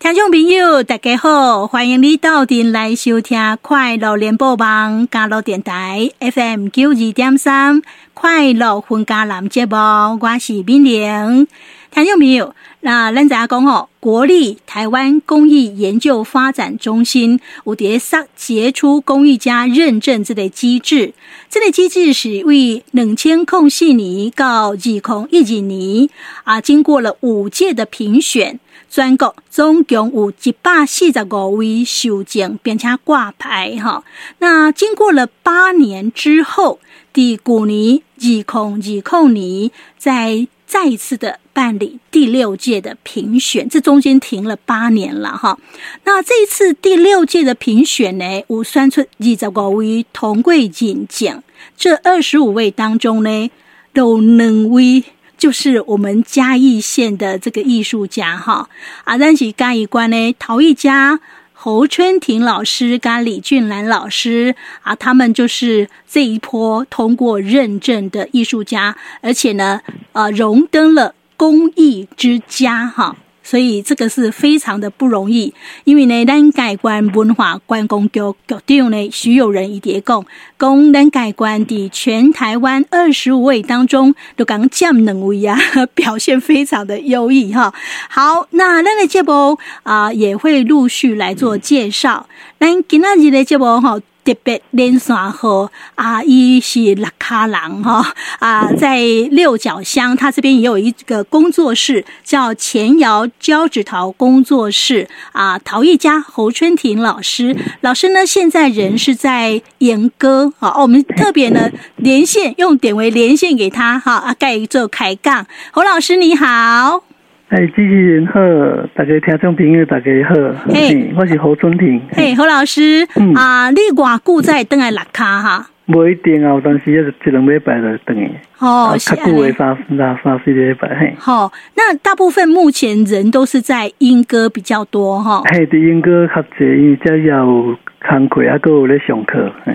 听众朋友，大家好，欢迎你到店来收听《快乐联播网》加乐电台 FM 九二点三《快乐分家男》节目，我是敏玲。听众朋友，那咱知影讲吼，国立台湾公益研究发展中心有伫上杰出公益家认证这个机制，这个机制是为两千零四年到二零一二年啊，经过了五届的评选。全国总共有一百四十五位受证，并且挂牌哈。那经过了八年之后，第古年二控二控年在再一次的办理第六届的评选，这中间停了八年了哈。那这一次第六届的评选呢，有选出二十五位同贵人奖，这二十五位当中呢，有两位。就是我们嘉义县的这个艺术家哈，啊，咱是嘉义关呢，陶艺家侯春婷老师跟李俊兰老师啊，他们就是这一波通过认证的艺术家，而且呢，呃，荣登了公益之家哈。所以这个是非常的不容易，因为呢，咱改观文化观光局局长呢，许有人伊伫讲，讲咱改观伫全台湾二十五位当中，就讲占两位啊， 表现非常的优异哈。好，那咱的节目啊、呃，也会陆续来做介绍。咱今仔日的节目吼。特别连线号啊，伊是六卡郎哈啊，在六角乡，他这边也有一个工作室，叫前摇胶纸陶工作室啊。陶艺家侯春婷老师，老师呢现在人是在研歌啊、哦，我们特别呢连线用典韦连线给他哈啊，盖做开杠。侯老师你好。哎，主持人好，大家听众朋友大家好，嘿、hey,，我是侯春婷。嘿、hey,，侯老师，嗯、啊，你偌久才等来六卡哈？无一定啊，有当时一一两礼拜就等去。哦，是啊。较久的三三三四礼拜嘿。好、哦，那大部分目前人都是在英歌比较多哈。嘿、哦，伫英歌较济，因为遮有。工课啊，有咧上课。啊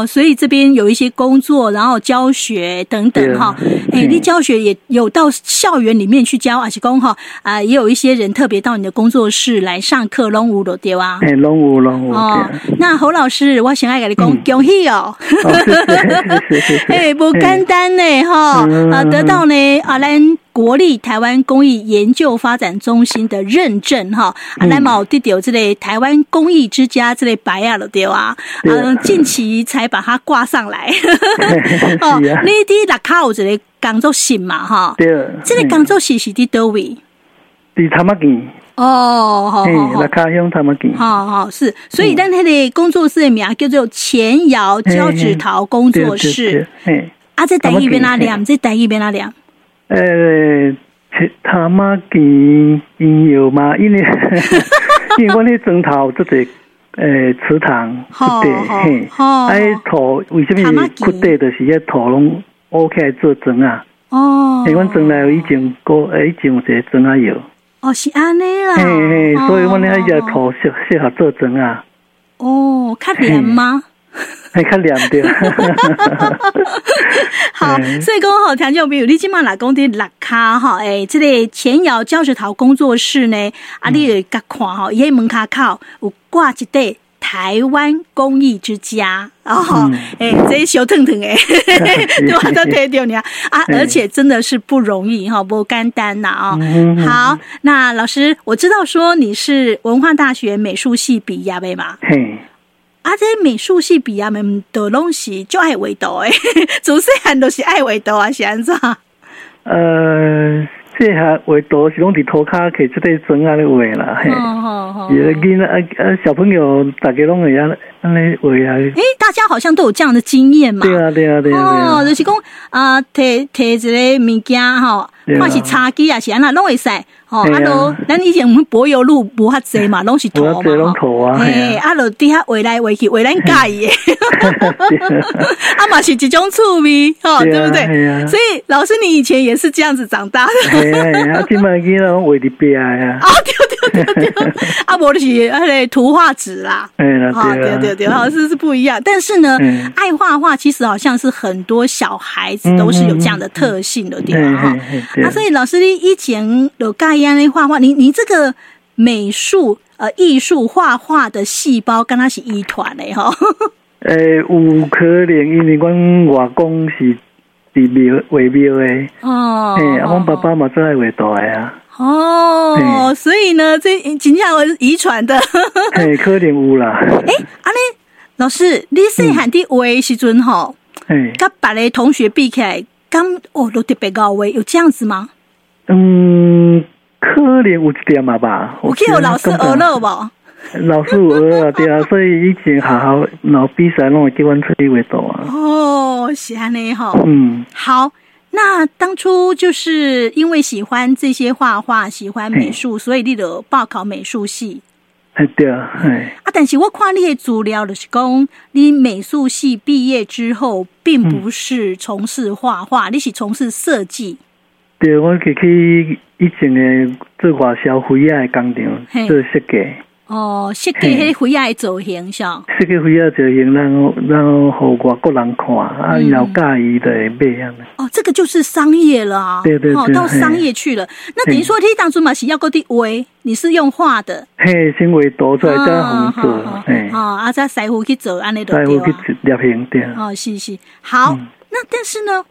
哦，所以这边有一些工作，然后教学等等哈。哎、欸，你教学也有到校园里面去教，还是讲哈啊，也有一些人特别到你的工作室来上课，拢有的对哇？哎，拢有拢有。哦，那侯老师，我先爱跟你讲，恭喜哦！哎，不简单呢哈、嗯、啊，得到呢啊，咱。国立台湾公益研究发展中心的认证哈，啊，咱嘛有得到这类台湾公益之家这类白啊了对啊，嗯，近期才把它挂上 来。 哦，你伫六卡有一个工作室嘛哈，啊对，嗯这个工作室是伫倒位？伫他妈见。哦，好，那卡乡他们给，好好是，所以咱迄个工作室的名叫做前摇胶纸陶工作室。啊，这台语边啊念，这台语边啊念。诶，呃他妈见因有嘛？因为 因为我咧砖头做者诶呃池塘好嘿，哎土为什么骨地就是迄土拢挖起来做砖啊？哦，诶，阮砖内有以前个诶，以前有一个砖啊药。哦，是安尼啦。嘿嘿，所以阮咧爱只土适适合做砖啊。哦，较黏吗？还较凉对，好，所以讲吼，听众朋友，你即满来讲伫六卡吼，诶、欸，即、這个前摇教学头工作室呢，嗯啊，你会甲看吼，伊迄门骹口有挂一块台湾公益之家，哦，诶、嗯欸，这小腾 腾诶， 对吧？都推掉你啊！啊，而且真的是不容易哈，不简单呐啊、哦嗯！好，那老师，我知道说你是文化大学美术系毕业的嘛？嘿。啊，这美术系毕业们的拢是就爱画图诶， 从细汉都是爱画图啊，是安怎？呃，细汉画图是拢伫涂骹摕即个砖啊咧画啦，嘿、哦，也囡仔啊啊小朋友大家拢会安安尼画啊。诶，大家好像都有这样的经验嘛。对啊，对啊，对啊。对啊哦，就是讲啊，摕摕一个物件吼，看是茶几啊，是安那拢会使。哦，啊，都咱以前我们柏油路无遐济嘛，拢是土啊嘛，吼。嘿，啊，就底下围来围去，围咱介意 诶。啊嘛是一种趣味，吼，对啊不对？所以老师，你以前也是这样子长大 的。哎啊，今麦囡仔拢围伫边啊。啊，对对对对，啊，无就是迄个图画纸啦。哎啦，啊哦对嗯对对，老师是不一样。但是呢，爱画画其实好像是很多小孩子都是有这样的特嗯哦啊性的，对吧？哈。啊，所以老师你以前有介。安尼画画，你你这个美术呃艺术画画的细胞，敢若是遗传的吼。诶，有可能因为阮外公是伫庙画庙诶，哦，诶，啊，阮爸爸嘛最爱画图诶 啊，哦，嘿所以呢，这真正有遗传的。 嘿，可能有啦，诶，安尼老师，你细汉伫画的时阵吼，嘿，甲别个同学比起来，敢哦都特别高画，有这样子吗？嗯，可能有一点嘛吧，有去有老师感觉学了无？老师有学啊，对啊，所以以前学校老比赛拢会叫阮出去画图啊，哦，是安尼吼。嗯，好，那当初就是因为喜欢这些画画，喜欢美术，所以你就报考美术系嘿对啊，嘿，啊。但是我看你的资料就是讲，你美术系毕业之后，并不是从事画嗯画，你是从事设计。对，啊我去去以前诶做外销费啊诶工嘿厂做设计。哦，设计嘿迄个回来的造型上，设计费啊，就用咱咱互外国人看，啊，嗯伊若有介意就会买啊。哦，这个就是商业了啊，对对对哦，到商业去了。那等于说，你当初嘛是要个地位，你是用画的，嘿，先画图出来再啊互做，嘿，啊，啊，再师傅去做，安尼就再对有啊。去摄影对。哦，是是，好。嗯那但是呢，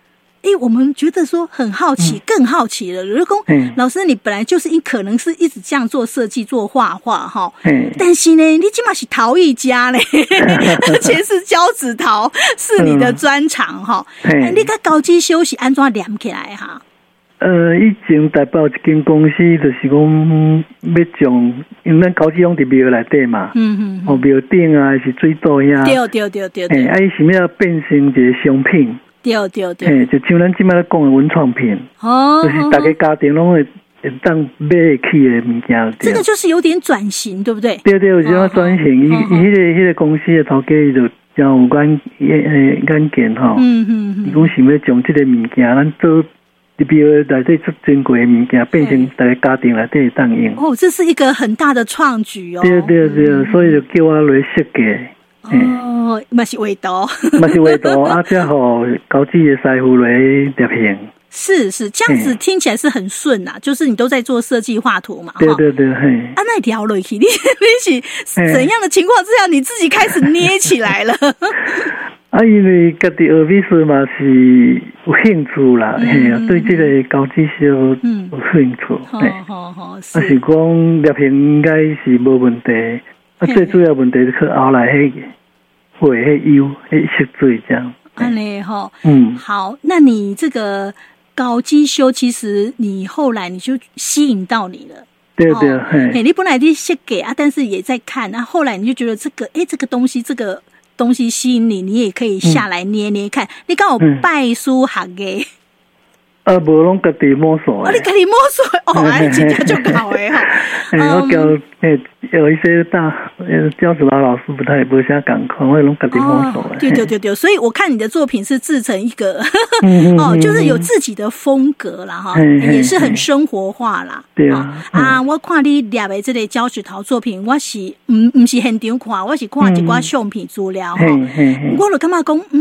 诶，我们觉得说很好奇，更好奇了。如果嗯老师你本来就是一可能是一直这样做设计、做画画哈，嘿，但是呢，你起码是陶艺家 嘞，而且是胶纸陶是你的专长哈。嗯哎你个高级休息安怎连起来哈？呃，以前台北有一间公司，就是讲要将，因为咱高志勇伫庙内底嘛，嗯嗯，哦，庙顶啊还是水道呀，对对对对嘿，对啊，伊想要变成一个商品，对对对，嘿，就像咱即摆咧讲的文创品，哦嗯就是，大家家庭拢会会当买得起的物件，这对个。就是嗯有点转型，对不对？对对，有时候转型，伊伊迄个迄个公司的头家伊就真有眼诶眼见吼，嗯嗯伊嗯，讲想要将即个物件，咱做入边内底出珍贵的物件，变成大家家庭内底当用。哦，这是一个很大的创举哦。嗯对对对，所以就叫我来设计，哦，嘛是味道， 嘛是画图啊，才互高级的师傅来摄影。是是，这样子嗯听起来是很顺呐、就是你都在做设计画图嘛，对哈。对对，嘿，啊，那聊了去，你 你是嗯怎样的情况之下，你自己开始捏起来了？啊，因为家己学美术嘛是有兴趣啦，嘿、嗯对即个高级师傅嗯有兴趣， 好嘿。好好，啊，是哦是讲摄影应该是无问题，啊，嘿最主要问题是去后来迄个画迄油迄色水这样。安尼哈。嗯，好，那你这个搞机修，其实你后来你就吸引到你了。对对哦嘿，嘿，你本来就先给啊，但是也在看，那、后来你就觉得这个，哎，这个东西，这个东西吸引你，你也可以下来捏捏看。你刚好嗯拜书行的，啊，无拢家己摸索哦，诶你。给你摸索，哦，哎，真正就搞 诶哈。诶，我交嗯诶有一些大呃教子老老师不太无啥共款，我拢家己摸索诶。哦对对对对，所以我看你的作品是制成一 个嗯，嗯哦，就是有嗯自己的风格啦哈，嘿嘿也是很生活化啦。对哦啊啊，我看你俩的这个胶纸陶作品，我是唔唔是现场看，我是看嗯一寡相片资料哈。嘿嘿嘿，哦我就感觉讲，嗯，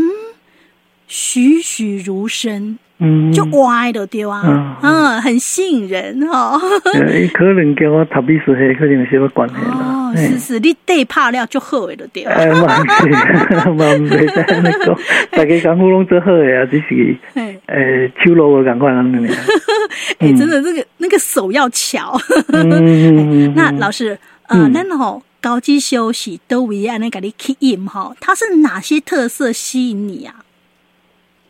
栩栩如生，嗯，就歪的对啊嗯，嗯，很吸引人哦。呃伊可能交我读美术系可能有小可关系啦哦，。嘿是是，你对拍了就好的就对啊。哎，嘛毋是，嘛毋袂使安尼讲，大家功夫拢做好诶啊，只是哎，诶手路无共款安尼尔。哎，真的，那个那个手要巧。嗯，那老师，呃，嗯咱吼高级休息都为安尼给你吸引吼，它是哪些特色吸引你啊？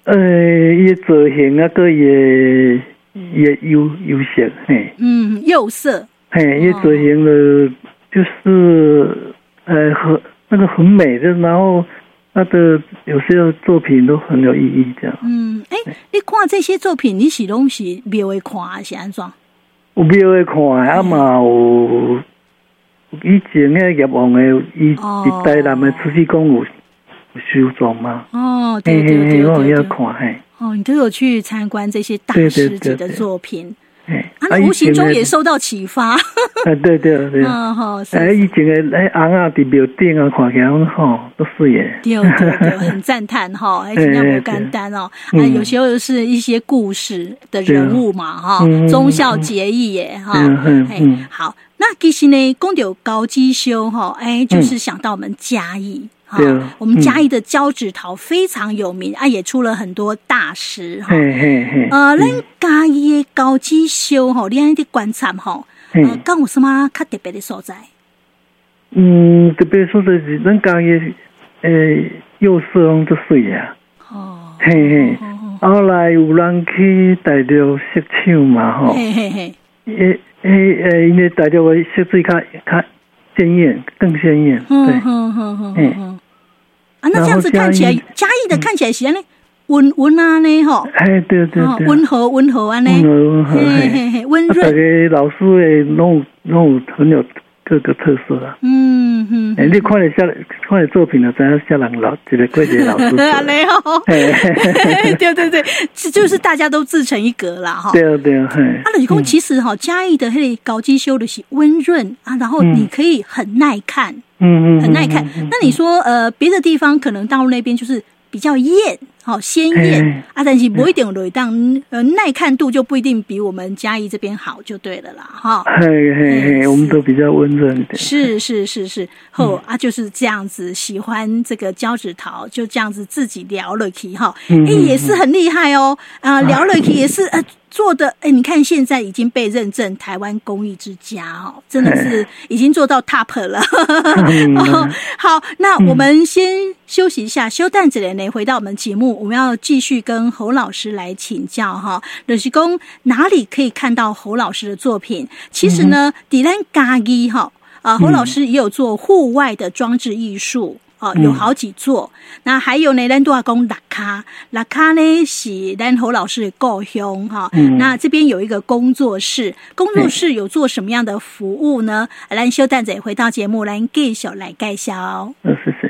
诶，呃伊诶造型啊，佮伊诶伊诶优优势，嘿，嗯，釉色，嘿，伊诶造型呢，就是呃很那个很美，就然后他的有些作品都很有意义，这样。嗯，哎、你看这些作品，你是拢是庙会看还是安怎？有庙会看的，啊嘛有以前迄叶王诶，伊哦伫台南诶慈济宫有有收藏嘛，哦，对嘿对嘿对嘿，我对有对看嘿，哦，你都有去参观这些大对对师对级的对作品，嘿，啊，那无形中 也受到启发。哎，对对 对，嗯吼，是哎，以前的哎红啊，伫庙顶啊，看起来吼都是耶。对对 对，很赞叹哈，而哎且那不简单哦。嗯啊，有时候是一些故事的人物嘛哈，啊嗯忠孝节义耶哈。哎，好，那其实呢，公牛高鸡修哈，哎，就是想到我们嘉义。哈嗯对啊，我们嘉义的胶纸桃非常有名啊，也出了很多大师哈。嘿嘿嘿，呃，咱嘉义的高级修吼，你安尼的观察吼，嘿呃，敢有什么较特别的所在？嗯，特别说的是咱家的诶，幼师拢都水啊。哦，嘿嘿，哦后来有人去大陆设厂嘛吼，嘿嘿嘿，诶诶诶，因为大陆的设计较较鲜艳，更鲜艳，嗯对，哼哼哼嗯哼，啊，那这样子看起来，然后嗯嘉义的看起来是安尼温温啊呢吼，哎对对哦对，温和温和安温尼，和温和，嘿嘿，嘿嘿，温啊，大润，家老师诶，拢有拢有很有各个特色啊。嗯嗯。诶，你看了下看了作品了，知影下人老一个过一个老师做的。 安尼哦，嘿嘿嘿 对对对，这就是大家都自成一格啦哈。对啊对啊，嘿，啊，就是讲其实哈、嘉义的迄个高级修的是温润啊，然后你可以很耐看，嗯嗯嗯，嗯很耐看。那你说呃，别的地方可能大陆那边就是比较艳，好、鲜艳嘿啊，但是不一定有当呃耐看度就不一定比我们嘉义这边好就对了啦哈。嘿嘿嗯嘿，我们都比较温润一点。是是是是，后、啊就是这样子，喜欢这个胶纸桃，就这样子自己聊了起哈，哎、嗯嗯嗯也是很厉害哦，啊、聊了起也是呃做的，哎、你看现在已经被认证台湾工艺之家哦，真的是已经做到 top 了。嗯哦， 好，那我们先休息一下，休蛋子嘞呢，回到我们节目，我们要继续跟侯老师来请教哈。刘西公哪里可以看到侯老师的作品？其实呢，嗯迪兰嘎伊哈啊，侯老师也有做户外的装置艺术。哦，嗯有好几座，那还有呢，咱都要讲拉卡，拉卡呢是咱侯老师的故乡哈、嗯那这边有一个工作室，工作室有做什么样的服务呢？咱休蛋仔回到节目，咱继续来介绍。嗯，谢谢。